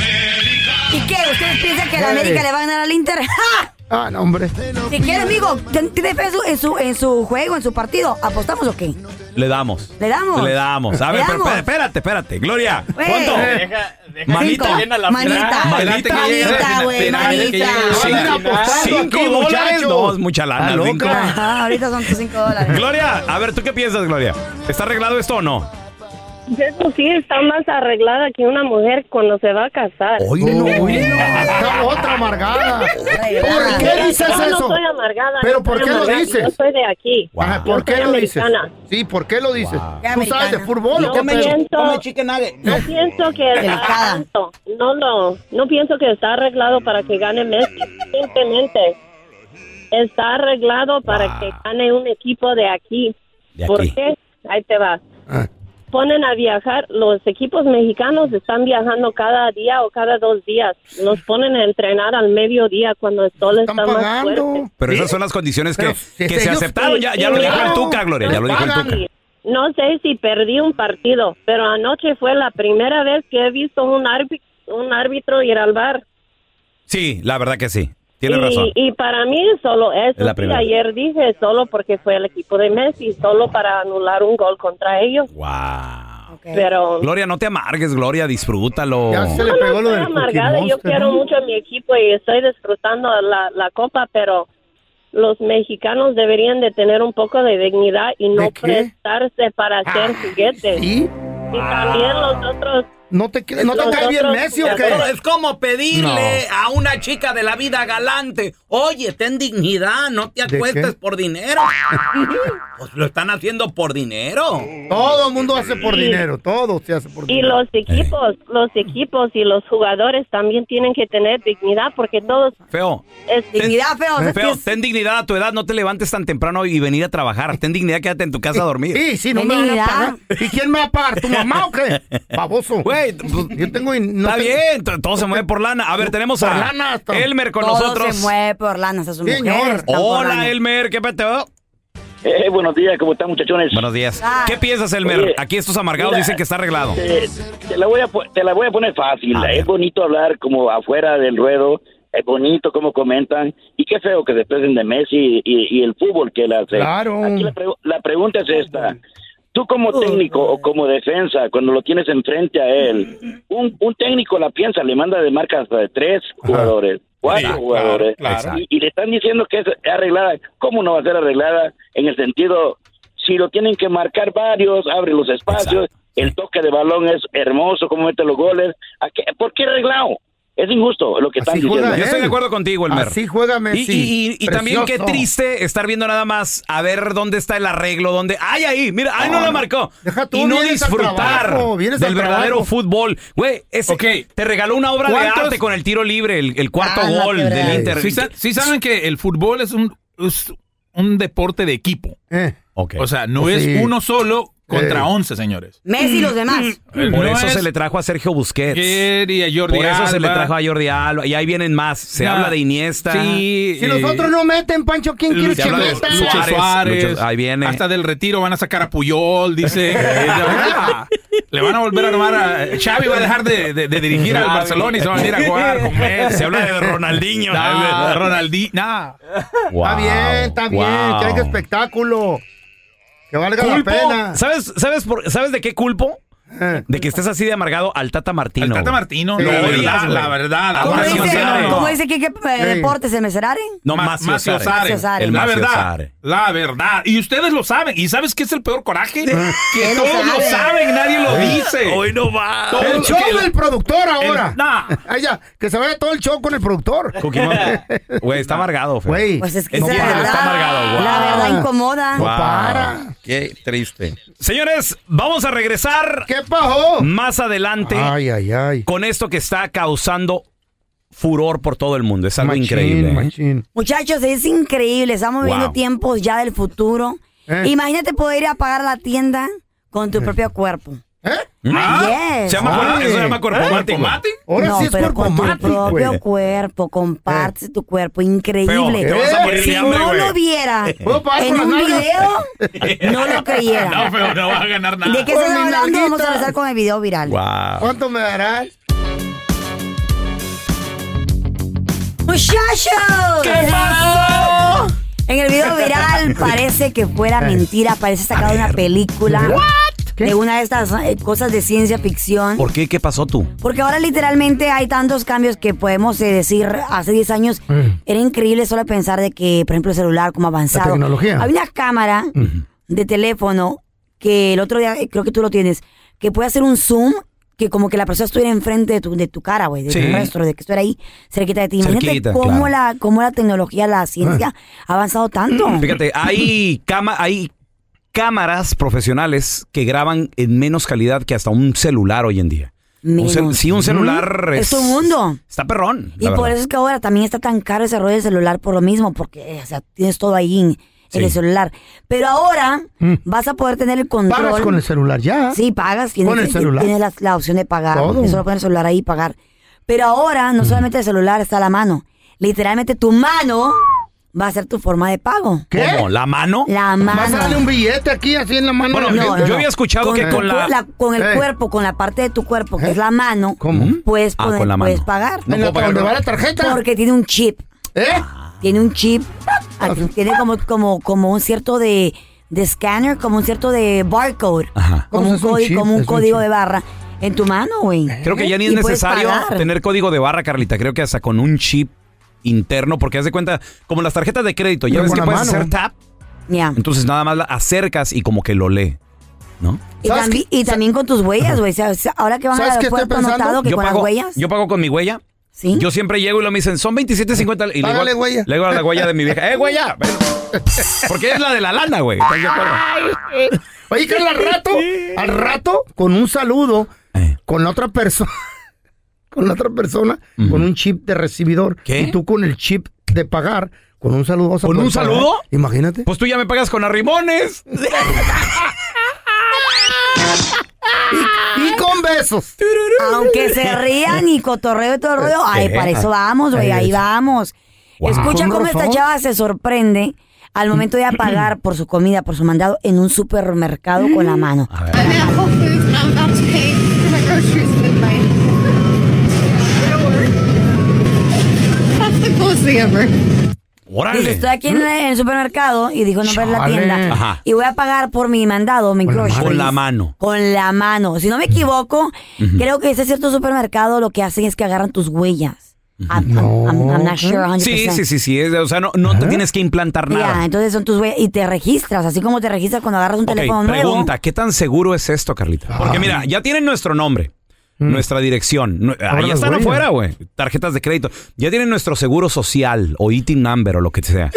Speaker 3: ¿Y qué? ¿Ustedes piensan que la
Speaker 1: Ey.
Speaker 3: América le va a ganar al Inter? ¡Ja!
Speaker 2: Ah, no, hombre.
Speaker 3: Si quieres, amigo, ten- tiene fe en su, en su, en su juego, en su partido. ¿Apostamos o qué?
Speaker 1: Le damos.
Speaker 3: ¿Le damos?
Speaker 1: Le damos. A
Speaker 3: ¿Le
Speaker 1: ver, pero
Speaker 3: damos?
Speaker 1: espérate, espérate, espérate. Gloria,
Speaker 3: Güey.
Speaker 1: ¿cuánto?
Speaker 3: Deja-
Speaker 1: Manita.
Speaker 3: Cinco. Manita.
Speaker 1: Manita.
Speaker 3: Manita, güey, manita.
Speaker 1: Cinco- pues. Cinco dólares, no, es mucha lana.
Speaker 3: Está
Speaker 1: cinco.
Speaker 3: loca. Ajá, ahorita son tus cinco dólares.
Speaker 1: Gloria, a ver, ¿tú qué piensas, Gloria? ¿Está arreglado esto o no?
Speaker 9: Eso sí está más arreglada que una mujer cuando se va a casar.
Speaker 2: Está otra amargada. ¿Por qué dices
Speaker 9: Yo no
Speaker 2: eso?
Speaker 9: soy amargada.
Speaker 2: ¿Pero
Speaker 9: no
Speaker 2: por
Speaker 9: soy
Speaker 2: qué lo
Speaker 9: amargada, Yo
Speaker 2: dices?
Speaker 9: soy de aquí.
Speaker 2: Ajá,
Speaker 9: Yo
Speaker 2: ¿Por qué
Speaker 9: soy
Speaker 2: lo dices?
Speaker 9: americana.
Speaker 2: Sí, ¿por qué lo dices?
Speaker 3: Qué
Speaker 2: ¿Tú sabes de
Speaker 3: americana.
Speaker 2: fútbol o qué pedo?
Speaker 9: No pienso que tanto. No, no. No pienso que está arreglado para que gane
Speaker 1: Mm,
Speaker 9: Messi. Simplemente está arreglado para que gane un equipo de aquí.
Speaker 1: Ah. De
Speaker 9: ¿Por
Speaker 1: aquí. Ah.
Speaker 9: qué? Ahí te va. Ponen a viajar, los equipos mexicanos están viajando cada día o cada dos días. Los ponen a entrenar al mediodía cuando el sol está más fuerte.
Speaker 1: Pero esas son las condiciones que,
Speaker 9: si
Speaker 1: que se
Speaker 9: ellos-
Speaker 1: aceptaron. Ya, ya lo
Speaker 9: Sí,
Speaker 1: dijo el
Speaker 9: claro.
Speaker 1: Tuca, Gloria. Ya lo dijo el Tuca.
Speaker 9: No sé si perdí un partido, pero anoche fue la primera vez que he visto un árbitro, un árbitro ir al bar.
Speaker 1: Sí, la verdad que sí. Tienes
Speaker 9: y,
Speaker 1: razón.
Speaker 9: y para mí solo
Speaker 1: Es
Speaker 9: eso.
Speaker 1: la
Speaker 9: sí,
Speaker 1: primera.
Speaker 9: ayer dije solo porque fue el equipo de Messi, solo para anular un gol contra ellos.
Speaker 1: Wow.
Speaker 9: Pero
Speaker 1: Gloria, no te amargues, Gloria. Disfrútalo.
Speaker 9: No, no, estoy amargada. Yo quiero mucho a mi equipo y estoy disfrutando la, la copa, pero los mexicanos deberían de tener un poco de dignidad y no prestarse para
Speaker 1: Ah,
Speaker 9: hacer juguetes.
Speaker 2: ¿Y?
Speaker 9: también los otros.
Speaker 2: ¿No te,
Speaker 9: no te cae bien Messi o qué?
Speaker 8: Es como pedirle a una chica de la vida galante, oye, ten dignidad, no te
Speaker 2: ¿De
Speaker 8: acuestes
Speaker 2: qué?
Speaker 8: por dinero. pues lo están haciendo por dinero.
Speaker 2: Todo el mundo hace por dinero, todo se hace por
Speaker 9: Y
Speaker 2: dinero.
Speaker 9: los equipos, los equipos y los jugadores también tienen que tener dignidad porque todos
Speaker 1: Feo.
Speaker 9: es
Speaker 1: Ten, feo, ten dignidad a tu edad. No te levantes tan temprano y venir a trabajar. Ten dignidad, quédate en tu casa a dormir.
Speaker 2: Sí, sí, no me van a pagar. ¿Y quién me va a pagar? ¿Tu mamá o qué? Baboso.
Speaker 1: güey. Yo tengo. está bien, t- todo se mueve por lana. A ver, tenemos
Speaker 3: Por
Speaker 1: a
Speaker 3: lana, hasta-
Speaker 1: Elmer con
Speaker 3: Todo
Speaker 1: nosotros.
Speaker 3: se mueve por lanas a sus mujeres. están por
Speaker 1: Hola,
Speaker 3: lana.
Speaker 1: Elmer, ¿qué peteo?
Speaker 10: Eh, buenos días, ¿cómo están, muchachones?
Speaker 1: Buenos días. ¿Qué piensas, Elmer?
Speaker 10: Oye,
Speaker 1: Aquí estos amargados
Speaker 10: mira,
Speaker 1: dicen que está arreglado.
Speaker 5: eh,
Speaker 10: Te, te la voy a, po- te la voy a poner
Speaker 1: Ah.
Speaker 10: fácil. es bonito hablar como afuera del ruedo. Es bonito como comentan. Y qué feo que se expresen de Messi y, y el fútbol que la hace.
Speaker 2: Claro.
Speaker 10: Aquí la, pregu- la pregunta es esta. Tú como técnico o como defensa, cuando lo tienes enfrente a él, un, un técnico la piensa, le manda de marca hasta de tres jugadores, cuatro
Speaker 11: Sí,
Speaker 10: jugadores,
Speaker 11: claro, claro.
Speaker 10: Y, y le están diciendo que es arreglada. ¿Cómo no va a ser arreglada? En el sentido, si lo tienen que marcar varios, abre los espacios, el toque de balón es hermoso, cómo mete los goles. ¿A qué- ¿Por qué arreglado? Es injusto lo que están diciendo.
Speaker 1: Yo estoy de acuerdo contigo, Elmer.
Speaker 10: Así juega Messi.
Speaker 1: Y, y- y- y también qué
Speaker 10: Precioso.
Speaker 1: triste estar viendo nada más a ver dónde está el arreglo, dónde. ¡Ay, ahí! Mira, ¡ay, no, la marcó!
Speaker 2: Deja tú,
Speaker 1: y no
Speaker 2: vienes al
Speaker 1: disfrutar
Speaker 2: trabajo, vienes
Speaker 1: del
Speaker 2: al
Speaker 1: verdadero
Speaker 2: trabajo.
Speaker 1: fútbol. Güey, ese- te regaló una obra de
Speaker 5: ¿Cuántos-
Speaker 1: arte con el tiro libre, el, el cuarto
Speaker 3: Ah,
Speaker 1: gol del Inter.
Speaker 5: Sí, sa- sí saben que el fútbol es un, es un deporte de equipo. O sea, no
Speaker 2: Eh.
Speaker 1: Pues
Speaker 5: es
Speaker 1: sí.
Speaker 5: uno solo contra
Speaker 1: Eh.
Speaker 5: 11, señores.
Speaker 3: Messi y los demás.
Speaker 1: Por
Speaker 5: No
Speaker 1: eso
Speaker 5: es-
Speaker 1: se le trajo a Sergio Busquets.
Speaker 5: Jerry, a Jordi
Speaker 1: Por eso se le
Speaker 5: Alba.
Speaker 1: trajo a Jordi Alba. Y ahí vienen más. Se
Speaker 5: Nah.
Speaker 1: habla de Iniesta.
Speaker 5: Sí,
Speaker 2: Si
Speaker 1: Eh.
Speaker 2: nosotros no meten, Pancho, ¿quién quieres
Speaker 5: Lucha
Speaker 2: que
Speaker 5: Suárez,
Speaker 2: meta?
Speaker 5: Lucha Suárez,
Speaker 1: Lucha- ahí viene.
Speaker 5: Hasta del retiro van a sacar a Puyol, dice. Ya, Le van a volver a armar a. Xavi va a dejar de, de- de dirigir al
Speaker 1: Xavi.
Speaker 5: Barcelona y se van a ir a jugar con Messi.
Speaker 1: Se habla de Ronaldinho.
Speaker 5: Nah, Ronaldinho. Nah.
Speaker 2: Está bien, está bien.
Speaker 1: wow.
Speaker 2: Que haya espectáculo. Que valga
Speaker 1: Culpo.
Speaker 2: la pena. Eh.
Speaker 1: ¿Sabes, sabes, por- ¿Sabes de qué culpo? De que estés así de amargado al Tata Martino. Ah, Al
Speaker 5: Tata Martino, la verdad, la verdad, la
Speaker 3: ¿Cómo
Speaker 1: verdad.
Speaker 3: dice, ¿cómo dice que, que
Speaker 5: Ey.
Speaker 3: deportes el Meserare?
Speaker 1: No,
Speaker 5: Ma-
Speaker 1: Macio
Speaker 5: Macio
Speaker 1: Sare.
Speaker 5: Sare.
Speaker 1: Macio Sare. El
Speaker 5: La
Speaker 1: Macio
Speaker 5: verdad.
Speaker 1: Sare.
Speaker 5: La verdad. Y ustedes lo saben. ¿Y sabes qué es el peor coraje? que
Speaker 1: ¿Qué lo
Speaker 5: todos lo
Speaker 1: saben?
Speaker 5: saben, nadie lo
Speaker 1: Hoy-
Speaker 5: dice.
Speaker 1: hoy no va.
Speaker 5: Todos-
Speaker 2: El show
Speaker 5: que la-
Speaker 2: del productor ahora.
Speaker 5: El- nah.
Speaker 2: Ay, ya, que se vaya todo el show con el productor.
Speaker 1: Coquimón. Güey, está amargado, Fer.
Speaker 2: Güey. Pues es que
Speaker 1: Entiendo,
Speaker 2: esa es la
Speaker 1: está
Speaker 2: verdad.
Speaker 1: amargado. Wow.
Speaker 3: La verdad incomoda.
Speaker 1: Wow.
Speaker 2: para.
Speaker 1: Qué triste. Señores, vamos a regresar.
Speaker 2: ¿Qué pasó?
Speaker 1: Más adelante.
Speaker 2: Ay, ay, ay.
Speaker 1: Con esto que está causando furor por todo el mundo. Es algo increíble. ¿eh?
Speaker 3: Muchachos, es increíble. Estamos
Speaker 1: Wow.
Speaker 3: viviendo tiempos ya del futuro.
Speaker 1: Eh.
Speaker 3: Imagínate poder ir a pagar la tienda con tu propio cuerpo.
Speaker 2: ¿Eh?
Speaker 1: Ah,
Speaker 3: Yes. ¿Eh?
Speaker 1: Se llama, cuerpo-
Speaker 3: Ay.
Speaker 1: eso se llama cuerpomate, güey.
Speaker 3: no, pero con tu propio cuerpo, compartes tu cuerpo, increíble.
Speaker 1: Eh. Feo, te vas a morir de
Speaker 3: si
Speaker 1: hambre,
Speaker 3: no
Speaker 1: güey.
Speaker 3: lo viera
Speaker 1: ¿Puedo pagar con
Speaker 3: en
Speaker 1: las
Speaker 3: un
Speaker 1: nalgas?
Speaker 3: video, no lo creyera.
Speaker 5: No, pero no vas a ganar nada.
Speaker 3: ¿De qué estás hablando? Vamos a empezar con el video viral.
Speaker 2: ¿Cuánto me darás?
Speaker 3: ¡Muchachos!
Speaker 4: ¿Qué pasó?
Speaker 3: En el video viral parece que fuera
Speaker 1: Eh.
Speaker 3: mentira, parece sacado de una película. De una de estas eh, cosas de ciencia ficción.
Speaker 1: ¿Por qué? ¿Qué pasó tú?
Speaker 3: Porque ahora literalmente hay tantos cambios que podemos eh, decir hace 10 años
Speaker 1: Mm.
Speaker 3: era increíble solo pensar de que, por ejemplo, el celular como avanzado.
Speaker 1: La tecnología.
Speaker 3: Había una cámara de teléfono que el otro día, eh, creo que tú lo tienes, que puede hacer un zoom que como que la persona estuviera enfrente de tu, de tu cara, güey, de
Speaker 1: Sí.
Speaker 3: tu rostro, de que estuviera ahí cerquita de ti. Imagínate
Speaker 1: Cerquita,
Speaker 3: cómo,
Speaker 1: claro. Ah.
Speaker 3: la, cómo la tecnología, la ciencia ha avanzado tanto.
Speaker 1: Fíjate, hay, cama, hay cámaras profesionales que graban en menos calidad que hasta un celular hoy en día. Un cel-
Speaker 3: Menos.
Speaker 1: sí, un celular
Speaker 3: Ujú.
Speaker 1: es,
Speaker 3: Es un mundo.
Speaker 1: Está perrón.
Speaker 3: Y
Speaker 1: la
Speaker 3: por
Speaker 1: verdad.
Speaker 3: eso es que ahora también está tan caro ese rollo de celular por lo mismo, porque eh, o sea, tienes todo ahí en, en el celular. Pero ahora
Speaker 2: Mm.
Speaker 3: vas a poder tener el control.
Speaker 2: Pagas con el celular ya.
Speaker 3: Sí, pagas. Tienes,
Speaker 2: Con el celular.
Speaker 3: Tienes la, la opción de pagar.
Speaker 2: Todo.
Speaker 3: Es solo poner el celular ahí y pagar. Pero ahora no solamente el celular está a la mano. Literalmente tu mano va a ser tu forma de pago.
Speaker 1: ¿Cómo? ¿La mano?
Speaker 3: La mano.
Speaker 2: Vas a darle un billete aquí, así en la mano.
Speaker 1: Bueno,
Speaker 2: de la
Speaker 1: yo-
Speaker 2: gente.
Speaker 1: yo había escuchado que
Speaker 3: tu
Speaker 1: con la-
Speaker 3: cuer- con el
Speaker 2: Eh.
Speaker 3: cuerpo, con la parte de tu cuerpo, que es la mano, puedes,
Speaker 1: Ah,
Speaker 3: poner-
Speaker 1: con la mano.
Speaker 3: puedes pagar.
Speaker 1: No ¿En la- puedo pagar,
Speaker 2: donde ¿no? va la tarjeta? ¿Eh?
Speaker 3: Porque tiene un chip. Tiene un chip.
Speaker 1: Ah.
Speaker 3: Aquí tiene como, como, como un cierto de, de escáner, como un cierto de barcode. Como un,
Speaker 1: es un
Speaker 3: código-
Speaker 1: chip? Eh.
Speaker 3: como un
Speaker 1: Es un
Speaker 3: código de barra en tu mano, güey.
Speaker 1: Creo que ya ni es
Speaker 3: Y puedes
Speaker 1: necesario
Speaker 3: pagar.
Speaker 1: tener código de barra, Carlita. Creo que hasta con un chip interno, porque haz de cuenta, como las tarjetas de crédito, ya
Speaker 3: Pero
Speaker 1: ves
Speaker 3: con
Speaker 1: que
Speaker 3: la
Speaker 1: puedes
Speaker 3: mano.
Speaker 1: hacer tap.
Speaker 3: Ya.
Speaker 1: Entonces nada más la acercas y como que lo lee.
Speaker 3: Y, tambi- y también con tus huellas, güey. O sea, o sea, ahora que van al
Speaker 1: ¿Sabes qué estoy
Speaker 3: aeropuerto, he notado que
Speaker 1: yo,
Speaker 3: con
Speaker 1: pago,
Speaker 3: las huellas.
Speaker 1: yo pago con mi huella. Yo siempre llego y lo me dicen, son 27.50. Y le
Speaker 3: Págale,
Speaker 1: digo-
Speaker 3: huella.
Speaker 1: Le digo a la huella de mi vieja, ¡eh, huella! Porque es la de la lana, güey. ¿Estás de acuerdo?
Speaker 2: Oye, Carla, al rato, al rato, con un saludo,
Speaker 1: Eh.
Speaker 2: con la otra persona, con la otra persona, con un chip de recibidor. Y tú con el chip de pagar, con un saludo. vas a
Speaker 1: ¿Con
Speaker 2: poder
Speaker 1: un
Speaker 2: pagar.
Speaker 1: saludo?
Speaker 2: Imagínate.
Speaker 1: Pues tú ya me pagas con arrimones. Ah.
Speaker 2: Y con besos. pesos.
Speaker 3: Aunque se rían y cotorreo y todo el
Speaker 1: Pues
Speaker 3: rollo, ay, para eso vamos, güey, ahí vamos.
Speaker 2: Wow.
Speaker 3: Escucha
Speaker 2: Con
Speaker 3: cómo esta
Speaker 2: razón.
Speaker 3: chava se sorprende al momento de pagar por su comida, por su mandado, en un supermercado con la mano.
Speaker 1: Ah.
Speaker 7: I'm at Whole Foods and I'm about to pay for my groceries with my. It'll work. That's the coolest thing ever.
Speaker 3: Dice, estoy aquí en el,
Speaker 1: ¿Mm?
Speaker 3: en el supermercado y dijo no ver la
Speaker 12: Chale.
Speaker 3: tienda
Speaker 12: Ajá.
Speaker 3: y voy a pagar por mi mandado, mi groceries.
Speaker 12: Con la mano.
Speaker 3: Con la mano. Si no me equivoco, creo que ese cierto supermercado lo que hacen es que agarran tus huellas. I'm, I'm- I'm- I'm not sure 100%.
Speaker 1: Sí, sí, sí, sí. es- o sea, no, no te tienes que implantar
Speaker 3: Ya,
Speaker 1: nada.
Speaker 3: entonces son tus huellas y te registras, así como te registras cuando agarras
Speaker 1: Ok,
Speaker 3: un teléfono nuevo.
Speaker 1: pregunta, ¿qué tan seguro es esto, Carlita? Porque mira, ya tienen nuestro nombre, nuestra dirección. nu- Ahí
Speaker 5: las
Speaker 1: están
Speaker 5: huellas.
Speaker 1: afuera, güey. Tarjetas de crédito. Ya tienen nuestro seguro social o ITIN number o lo que sea.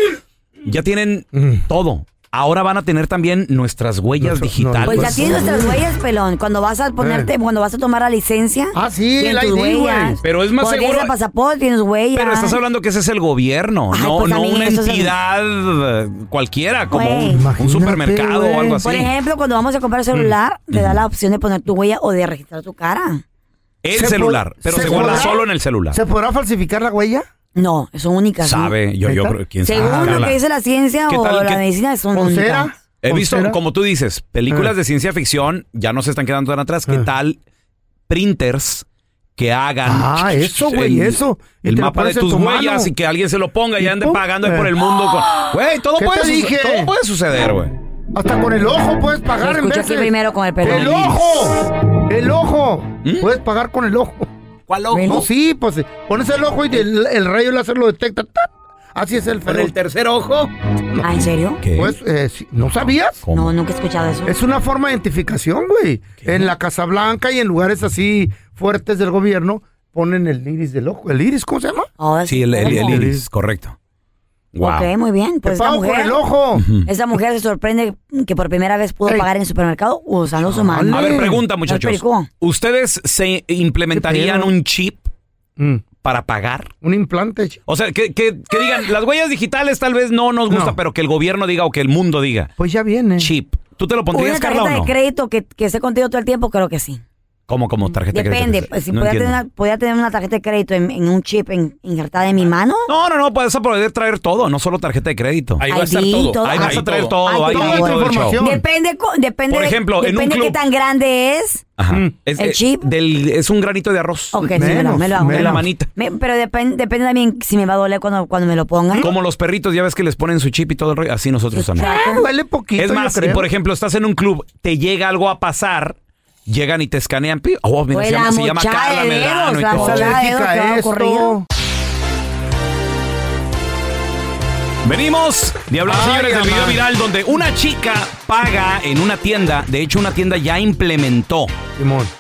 Speaker 1: Ya tienen todo. Ahora van a tener también nuestras huellas digitales.
Speaker 3: Pues ya tienes nuestras huellas, pelón. Cuando vas a ponerte,
Speaker 1: Eh.
Speaker 3: cuando vas a tomar la licencia, ah, sí, tienes
Speaker 1: el
Speaker 3: tus
Speaker 1: ID, güey.
Speaker 3: huellas.
Speaker 1: Pero es más
Speaker 3: Cuando tienes
Speaker 1: seguro-
Speaker 3: el pasaporte, tienes huellas.
Speaker 1: Pero estás hablando que ese es el gobierno,
Speaker 3: Ay,
Speaker 1: no,
Speaker 3: pues,
Speaker 1: no
Speaker 3: amigo,
Speaker 1: una
Speaker 3: eso es el-
Speaker 1: entidad eh, cualquiera, como
Speaker 3: Güey.
Speaker 1: un, un supermercado o algo así.
Speaker 3: Por ejemplo, cuando vamos a comprar celular, te da la opción de poner tu huella o de registrar tu cara.
Speaker 1: el celular, pero se,
Speaker 3: se
Speaker 1: guarda
Speaker 3: podrá-
Speaker 1: solo en el celular.
Speaker 3: ¿Se podrá falsificar la huella? No, son únicas.
Speaker 1: Sabe, yo, yo, creo- quién sabe.
Speaker 3: Según lo
Speaker 1: Carla.
Speaker 3: que dice la ciencia
Speaker 1: ¿Qué
Speaker 3: o
Speaker 1: tal?
Speaker 3: la
Speaker 1: ¿Qué-
Speaker 3: medicina, son
Speaker 1: ¿Pulsera?
Speaker 3: únicas.
Speaker 1: He visto,
Speaker 3: ¿Pulsera?
Speaker 1: como tú dices, películas
Speaker 2: Ah.
Speaker 3: Eh.
Speaker 1: de ciencia ficción ya no se están quedando tan atrás. ¿Qué tal printers que hagan
Speaker 2: Ah, eso, güey, eso. Y
Speaker 1: el
Speaker 2: te lo
Speaker 1: mapa de
Speaker 2: pones en
Speaker 1: tus
Speaker 2: tu
Speaker 1: huellas
Speaker 2: mano.
Speaker 1: y que alguien se lo ponga y
Speaker 2: Y
Speaker 1: ande
Speaker 2: pum.
Speaker 1: pagando ahí por
Speaker 2: Eh.
Speaker 1: el mundo con- güey todo
Speaker 2: ¿Qué te
Speaker 1: puede suce-
Speaker 2: dije?
Speaker 1: todo puede suceder güey
Speaker 2: Hasta con el ojo puedes pagar
Speaker 3: Lo
Speaker 2: en
Speaker 3: escucho
Speaker 2: vez
Speaker 3: aquí primero con el pelón.
Speaker 2: ¡El ojo! ¡El ojo!
Speaker 1: ¿Mm?
Speaker 2: Puedes pagar con el ojo.
Speaker 1: ¿Cuál
Speaker 2: ojo? No, sí, pues pones el ojo y el, el rayo láser lo detecta. ¡tap! Así es el ¿Con el
Speaker 1: tercer ojo?
Speaker 3: ¿Ah, en serio?
Speaker 2: Pues, eh, sí, ¿no sabías?
Speaker 3: No, nunca he escuchado eso.
Speaker 2: Es una forma de identificación, güey. En la Casa Blanca y en lugares así fuertes del gobierno ponen el iris del ojo. ¿El iris cómo se llama?
Speaker 1: sí el, el- el iris correcto wow
Speaker 3: Oh, Ok, muy bien. Pues
Speaker 2: Te
Speaker 3: esta
Speaker 2: pago
Speaker 3: mujer,
Speaker 2: con el ojo.
Speaker 3: Esta mujer se sorprende que por primera vez pudo pagar en el supermercado usando su mano.
Speaker 1: A ver, pregunta,
Speaker 3: ¿No
Speaker 1: muchachos.
Speaker 3: explicó?
Speaker 1: ¿Ustedes se implementarían
Speaker 3: ¿Qué pedo?
Speaker 1: un chip para pagar?
Speaker 2: Mm, Un implante.
Speaker 1: O sea, que, que- que
Speaker 3: Ah.
Speaker 1: digan, las huellas digitales tal vez no nos gusta, pero que el gobierno diga o que el mundo diga.
Speaker 2: Pues ya viene.
Speaker 1: Chip. ¿Tú te lo pondrías,
Speaker 3: Mm. Una
Speaker 1: Carla, o
Speaker 3: tarjeta
Speaker 1: no?
Speaker 3: de crédito que, que esté contigo todo el tiempo, creo que sí.
Speaker 1: ¿Cómo, cómo? ¿Tarjeta de crédito?
Speaker 3: Depende, pues, si
Speaker 1: No
Speaker 3: podía, tener
Speaker 1: entiendo.
Speaker 3: una, podía tener una tarjeta de crédito en, en un chip en- injertada en
Speaker 1: Ah,
Speaker 3: mi mano.
Speaker 1: No, no, no, puedes poder traer todo, no solo tarjeta de crédito.
Speaker 3: Ahí va a estar ID, todo. todo.
Speaker 1: Ahí vas
Speaker 3: Ahí
Speaker 1: a traer
Speaker 3: todo.
Speaker 1: todo.
Speaker 3: Ay,
Speaker 1: ahí
Speaker 3: por
Speaker 1: va
Speaker 3: favor.
Speaker 1: todo el show.
Speaker 3: Depende, co- depende,
Speaker 1: Por
Speaker 3: de-
Speaker 1: ejemplo, en un
Speaker 3: depende qué
Speaker 1: club-
Speaker 3: tan grande es.
Speaker 1: Ajá. Es,
Speaker 3: Mm. ¿El
Speaker 1: eh,
Speaker 3: chip?
Speaker 1: del- es un granito de arroz.
Speaker 3: Ok, sí, me lo, me lo hago. me
Speaker 1: De
Speaker 3: lo
Speaker 1: la
Speaker 3: hago.
Speaker 1: manita.
Speaker 3: Me- pero depen- depende también si me va a doler cuando, cuando me lo pongan.
Speaker 1: Como los perritos, ya ves que les ponen su chip y todo el rollo. Así nosotros también.
Speaker 2: Duele Ah, poquito.
Speaker 1: es más,
Speaker 2: yo
Speaker 1: y
Speaker 2: creo.
Speaker 1: por ejemplo, estás en un club, te llega algo a pasar, llegan y te escanean. pi- Oh, mira, se
Speaker 3: Fue
Speaker 1: llama,
Speaker 3: Pues la
Speaker 1: se llama
Speaker 3: mochada
Speaker 1: Carla
Speaker 3: de
Speaker 1: Medrano
Speaker 3: dedos,
Speaker 1: y
Speaker 3: la
Speaker 1: todo.
Speaker 3: mochada de dedos que va
Speaker 2: esto.
Speaker 3: corrido.
Speaker 1: Venimos de hablar,
Speaker 5: Ay,
Speaker 1: señores, del video
Speaker 5: amán.
Speaker 1: viral donde una chica paga en una tienda. De hecho, una tienda ya implementó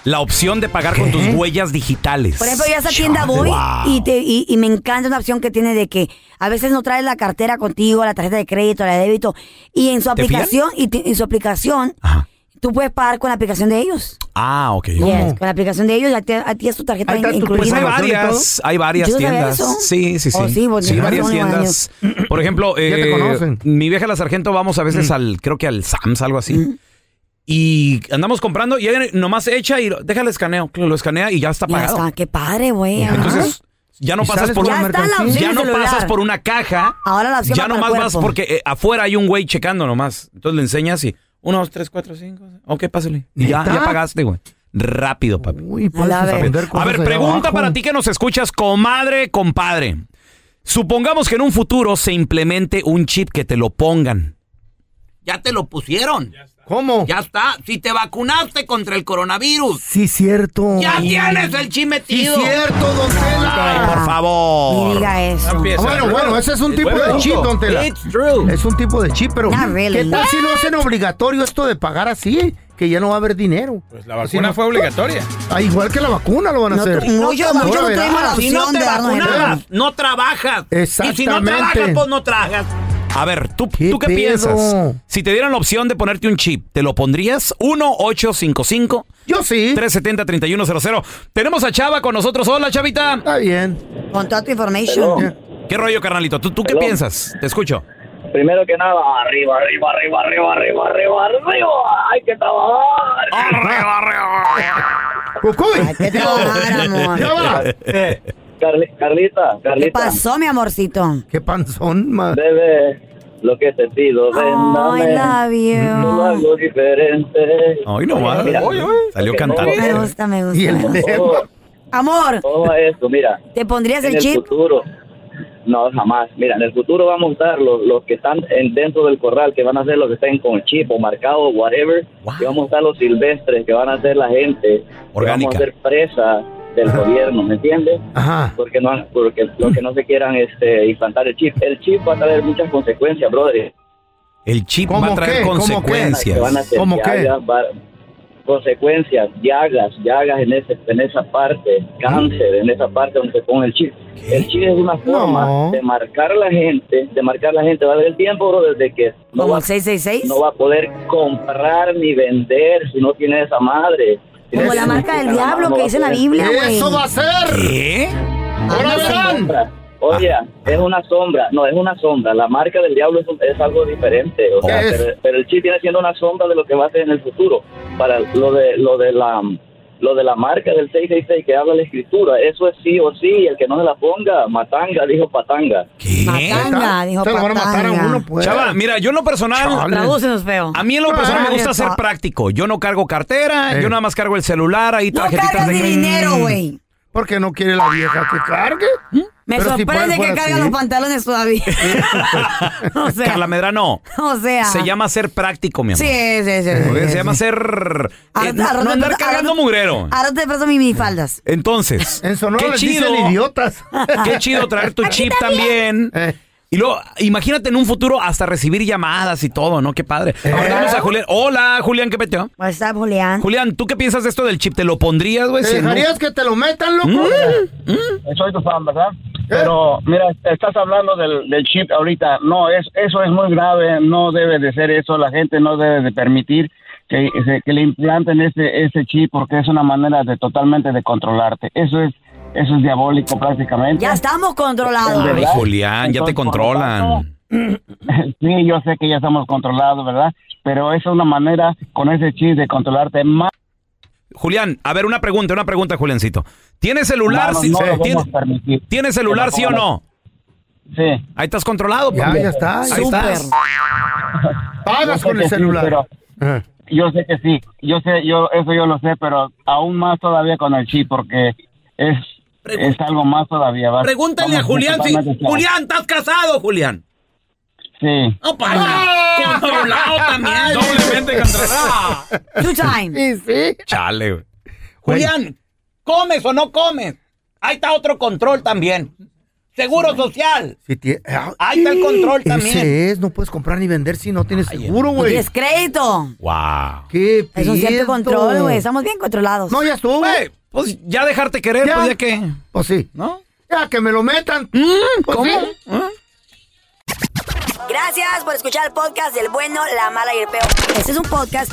Speaker 1: la opción de pagar con tus huellas digitales.
Speaker 3: Por ejemplo, yo a esa tienda
Speaker 1: Chale.
Speaker 3: voy
Speaker 1: Wow.
Speaker 3: y, te- y- y me encanta una opción que tiene de que a veces no traes la cartera contigo, la tarjeta de crédito, la de débito, y en su
Speaker 1: ¿Te fían?
Speaker 3: aplicación, y ti- en su aplicación, tú puedes pagar con la aplicación de ellos.
Speaker 1: Ah, ok. ok.
Speaker 3: Yes, con la aplicación de ellos, ya te- a ti es tu tarjeta
Speaker 1: Ahí está tu-
Speaker 3: incluida.
Speaker 1: pues hay varias, hay varias
Speaker 3: Yo no sabía
Speaker 1: tiendas.
Speaker 3: eso.
Speaker 1: Sí, sí, sí.
Speaker 3: Oh, sí, porque
Speaker 1: Sí,
Speaker 3: yo
Speaker 1: varias
Speaker 3: tengo nueve
Speaker 1: tiendas. Por ejemplo,
Speaker 2: te
Speaker 1: eh,
Speaker 2: conocen.
Speaker 1: mi vieja la sargento vamos a
Speaker 3: Mm.
Speaker 1: veces al, creo que al Sams, algo así. Y andamos comprando y ella nomás echa y lo- déjale escaneo. Lo escanea y ya está
Speaker 3: Ya
Speaker 1: pagado.
Speaker 3: está, qué padre, güey. ajá.
Speaker 1: Entonces, ya no
Speaker 3: Y
Speaker 1: pasas
Speaker 3: sales
Speaker 1: por
Speaker 3: con
Speaker 1: una
Speaker 3: la Ya está la
Speaker 1: mercancía.
Speaker 3: opción
Speaker 1: ya
Speaker 3: del
Speaker 1: no
Speaker 3: celular.
Speaker 1: pasas por una caja.
Speaker 3: Ahora la opción
Speaker 1: Ya
Speaker 3: va para el
Speaker 1: nomás vas
Speaker 3: cuerpo.
Speaker 1: porque eh, afuera hay un güey checando nomás. Entonces le enseñas y uno, dos, tres, cuatro, cinco. seis. Ok, pásale. Y ya,
Speaker 5: ¿Neta?
Speaker 1: ya pagaste, güey. Rápido, papi. Uy,
Speaker 5: puedes A la suspender vez.
Speaker 1: A
Speaker 5: cosas
Speaker 1: ver,
Speaker 5: allá
Speaker 1: pregunta
Speaker 5: abajo.
Speaker 1: para ti que nos escuchas, comadre, compadre. Supongamos que en un futuro se implemente un chip que te lo pongan.
Speaker 12: Ya te lo pusieron.
Speaker 2: ¿Cómo?
Speaker 12: Ya está. Si te vacunaste contra el coronavirus,
Speaker 2: Sí, cierto.
Speaker 12: ya tienes el chi metido.
Speaker 2: cierto, don
Speaker 12: Ay, por
Speaker 1: favor.
Speaker 2: Ni
Speaker 3: diga eso.
Speaker 2: Ah, bueno, bueno, ese es un tipo
Speaker 12: Buen
Speaker 2: de
Speaker 12: punto.
Speaker 2: chip, don Tela.
Speaker 12: It's true.
Speaker 2: Es un tipo de chip, pero
Speaker 12: Not really.
Speaker 2: ¿qué tal si no hacen obligatorio esto de pagar así? Que ya no va a haber dinero. Pues
Speaker 13: la vacuna fue obligatoria.
Speaker 2: igual que la vacuna lo van a
Speaker 13: No
Speaker 2: hacer.
Speaker 13: tu- muchos- muchos no
Speaker 2: Ahora
Speaker 13: tuvimos la
Speaker 2: verás.
Speaker 12: Si no te vacunabas, no trabajas. Y si no
Speaker 2: Exactamente.
Speaker 12: trabajas, pues no trabajas.
Speaker 1: A ver, ¿tú qué, ¿tú qué
Speaker 2: pedo?
Speaker 1: piensas? Si te dieran la opción de ponerte un chip, ¿te lo pondrías? 1-855.
Speaker 2: Yo sí.
Speaker 1: 370-3100. Tenemos a Chava con nosotros. Hola, Chavita.
Speaker 2: Está bien.
Speaker 3: Contrato information.
Speaker 1: ¿Qué rollo, carnalito? ¿Tú, tú qué piensas? Te escucho.
Speaker 14: Primero que nada, arriba, arriba, arriba, arriba, arriba, arriba, arriba. Hay que trabajar.
Speaker 2: ¡Cucuy! Ah,
Speaker 3: Hay que trabajar, amor.
Speaker 2: ¡Ya va!
Speaker 14: Carli- Carlita, Carlita.
Speaker 3: ¿Qué pasó, mi amorcito?
Speaker 2: ¿Qué panzón, ma?
Speaker 14: Bebé, lo que he sentido, ven, dame
Speaker 3: Ay, labio.
Speaker 14: algo diferente.
Speaker 1: Ay, no más.
Speaker 14: Eh, Mira,
Speaker 1: Salió
Speaker 14: ok,
Speaker 1: cantando.
Speaker 14: no,
Speaker 3: Me gusta, me gusta.
Speaker 14: Todo,
Speaker 3: Amor,
Speaker 14: todo esto, mira.
Speaker 3: ¿te pondrías
Speaker 14: en
Speaker 3: el
Speaker 14: el
Speaker 3: chip?
Speaker 14: futuro. No, jamás. Mira, en el futuro vamos a estar los, los que están en- dentro del corral, que van a ser los que estén con chip o marcado, whatever. Y vamos a estar los silvestres, que van a ser la gente.
Speaker 1: Orgánica.
Speaker 14: Que vamos a ser presa del gobierno, ¿me entiendes? Porque no, porque los que no se quieran este, implantar el chip. El chip va a traer muchas consecuencias, brother.
Speaker 1: El chip va a traer consecuencias.
Speaker 14: Que van a ser llagas, va- consecuencias, llagas, llagas en, ese, en esa parte, cáncer en esa parte donde se pone el chip. El chip es una forma de marcar a la gente, de marcar a la gente. Va a haber el tiempo, bro, desde que no
Speaker 3: ¿Como
Speaker 14: va,
Speaker 3: el 666?
Speaker 14: no va a poder comprar ni vender si no tiene esa madre.
Speaker 3: Como la marca del diablo que dice en la Biblia, güey.
Speaker 14: ¿Qué?
Speaker 3: Ahora verán.
Speaker 14: Oye, es una sombra. No, es una sombra. La marca del diablo es, un- es algo diferente. O sea,
Speaker 15: ¿Qué es?
Speaker 14: pero, pero el chip viene siendo una sombra de lo que va a ser en el futuro. Para lo de lo de la lo de la marca del 666 que habla la escritura, eso es sí o sí. El que no se la ponga, matanga, dijo patanga.
Speaker 3: Matanga, dijo patanga.
Speaker 2: pues.
Speaker 1: Chava, mira, yo en lo personal.
Speaker 3: Tradúcenos feo.
Speaker 1: A mí en lo personal me gusta ser
Speaker 3: Chale,
Speaker 1: práctico. Yo no cargo cartera,
Speaker 3: Eh.
Speaker 1: yo nada más cargo el celular, ahí
Speaker 3: No
Speaker 1: tarjetitas
Speaker 3: cargas
Speaker 1: de
Speaker 3: de dinero, güey.
Speaker 2: Porque no quiere la vieja que cargue.
Speaker 3: Me
Speaker 2: Pero si
Speaker 3: sorprende
Speaker 2: fuera-
Speaker 3: que
Speaker 2: fuera
Speaker 3: carga
Speaker 2: así.
Speaker 3: los pantalones todavía.
Speaker 1: Carla Medrano.
Speaker 3: o sea.
Speaker 1: Se llama ser práctico, mi amor.
Speaker 3: Sí, sí, sí.
Speaker 1: Porque
Speaker 3: sí,
Speaker 1: se
Speaker 3: sí.
Speaker 1: llama ser.
Speaker 3: Ahora-
Speaker 1: eh, no
Speaker 3: ahora te-
Speaker 1: no andar
Speaker 3: ahora-
Speaker 1: cargando mugrero.
Speaker 3: Ahora te presto mis minifaldas.
Speaker 1: Entonces.
Speaker 2: En Sonora
Speaker 1: qué
Speaker 2: les
Speaker 1: chido.
Speaker 2: dicen idiotas.
Speaker 1: Qué chido traer tu chip también.
Speaker 12: Eh.
Speaker 1: Y luego, imagínate en un futuro hasta recibir llamadas y todo, ¿no? Qué padre.
Speaker 12: Eh.
Speaker 1: Ahora vamos a Julián. Hola, Julián, ¿qué peteo?
Speaker 3: What's up, Julián?
Speaker 1: Julián, ¿tú qué piensas de esto del chip? ¿Te lo pondrías, güey?
Speaker 2: ¿Te
Speaker 1: si no-
Speaker 2: dejarías que te lo metan, loco?
Speaker 1: ¿Mm?
Speaker 2: ¿Eh?
Speaker 12: Soy tu fan, ¿verdad? Pero, mira, estás hablando del, del chip ahorita. No, es, eso es muy grave. No debe de ser eso. La gente no debe de permitir que, se- que le implanten ese, ese chip porque es una manera de totalmente de controlarte. Eso es, eso es diabólico prácticamente.
Speaker 3: Ya estamos controlados.
Speaker 1: Ay, Julián, ya te controlan.
Speaker 12: Sí, yo sé que ya estamos controlados, ¿verdad? Pero esa es una manera con ese chip de controlarte más.
Speaker 1: Julián, a ver, una pregunta, una pregunta, Juliancito. ¿Tienes celular?
Speaker 12: Vamos,
Speaker 1: sí-
Speaker 12: no lo
Speaker 1: ¿tien-
Speaker 12: vamos a permitir.
Speaker 1: ¿Tienes celular, sí o no?
Speaker 12: Sí.
Speaker 1: Ahí estás controlado,
Speaker 12: Ya,
Speaker 1: papi.
Speaker 12: ya está,
Speaker 1: Ahí
Speaker 12: súper.
Speaker 1: estás.
Speaker 2: Pagas
Speaker 12: Yo sé
Speaker 2: con el
Speaker 12: que sí,
Speaker 2: celular.
Speaker 12: pero yo sé que sí, yo sé, yo eso yo lo sé, pero aún más todavía con el chip porque es es algo más todavía. va-
Speaker 7: Pregúntale
Speaker 12: vamos
Speaker 7: a Julián si.
Speaker 12: totalmente claro.
Speaker 7: Julián, ¿estás casado, Julián?
Speaker 12: Sí.
Speaker 7: No para. Controlado también.
Speaker 16: Doblemente
Speaker 7: ¡Oh! controlado.
Speaker 3: Two times.
Speaker 1: Chale, güey.
Speaker 7: Julián, ¿comes o no comes? Ahí está otro control también. Seguro social.
Speaker 2: Si tie- Ah,
Speaker 7: Ahí está el control
Speaker 2: ese
Speaker 7: también.
Speaker 2: es, no puedes comprar ni vender si no tienes seguro,
Speaker 3: No
Speaker 2: güey.
Speaker 3: tienes crédito.
Speaker 1: Wow.
Speaker 2: ¿Qué
Speaker 3: Es un cierto
Speaker 2: pedo.
Speaker 3: control, güey. Estamos bien controlados.
Speaker 2: No, ya estuvo.
Speaker 1: pues ya dejarte querer, pues ya que.
Speaker 2: Pues sí.
Speaker 1: ¿No?
Speaker 2: Ya que me lo metan. Pues ¿Cómo?
Speaker 3: Gracias por escuchar el podcast del bueno, la mala y el peor. Este es un podcast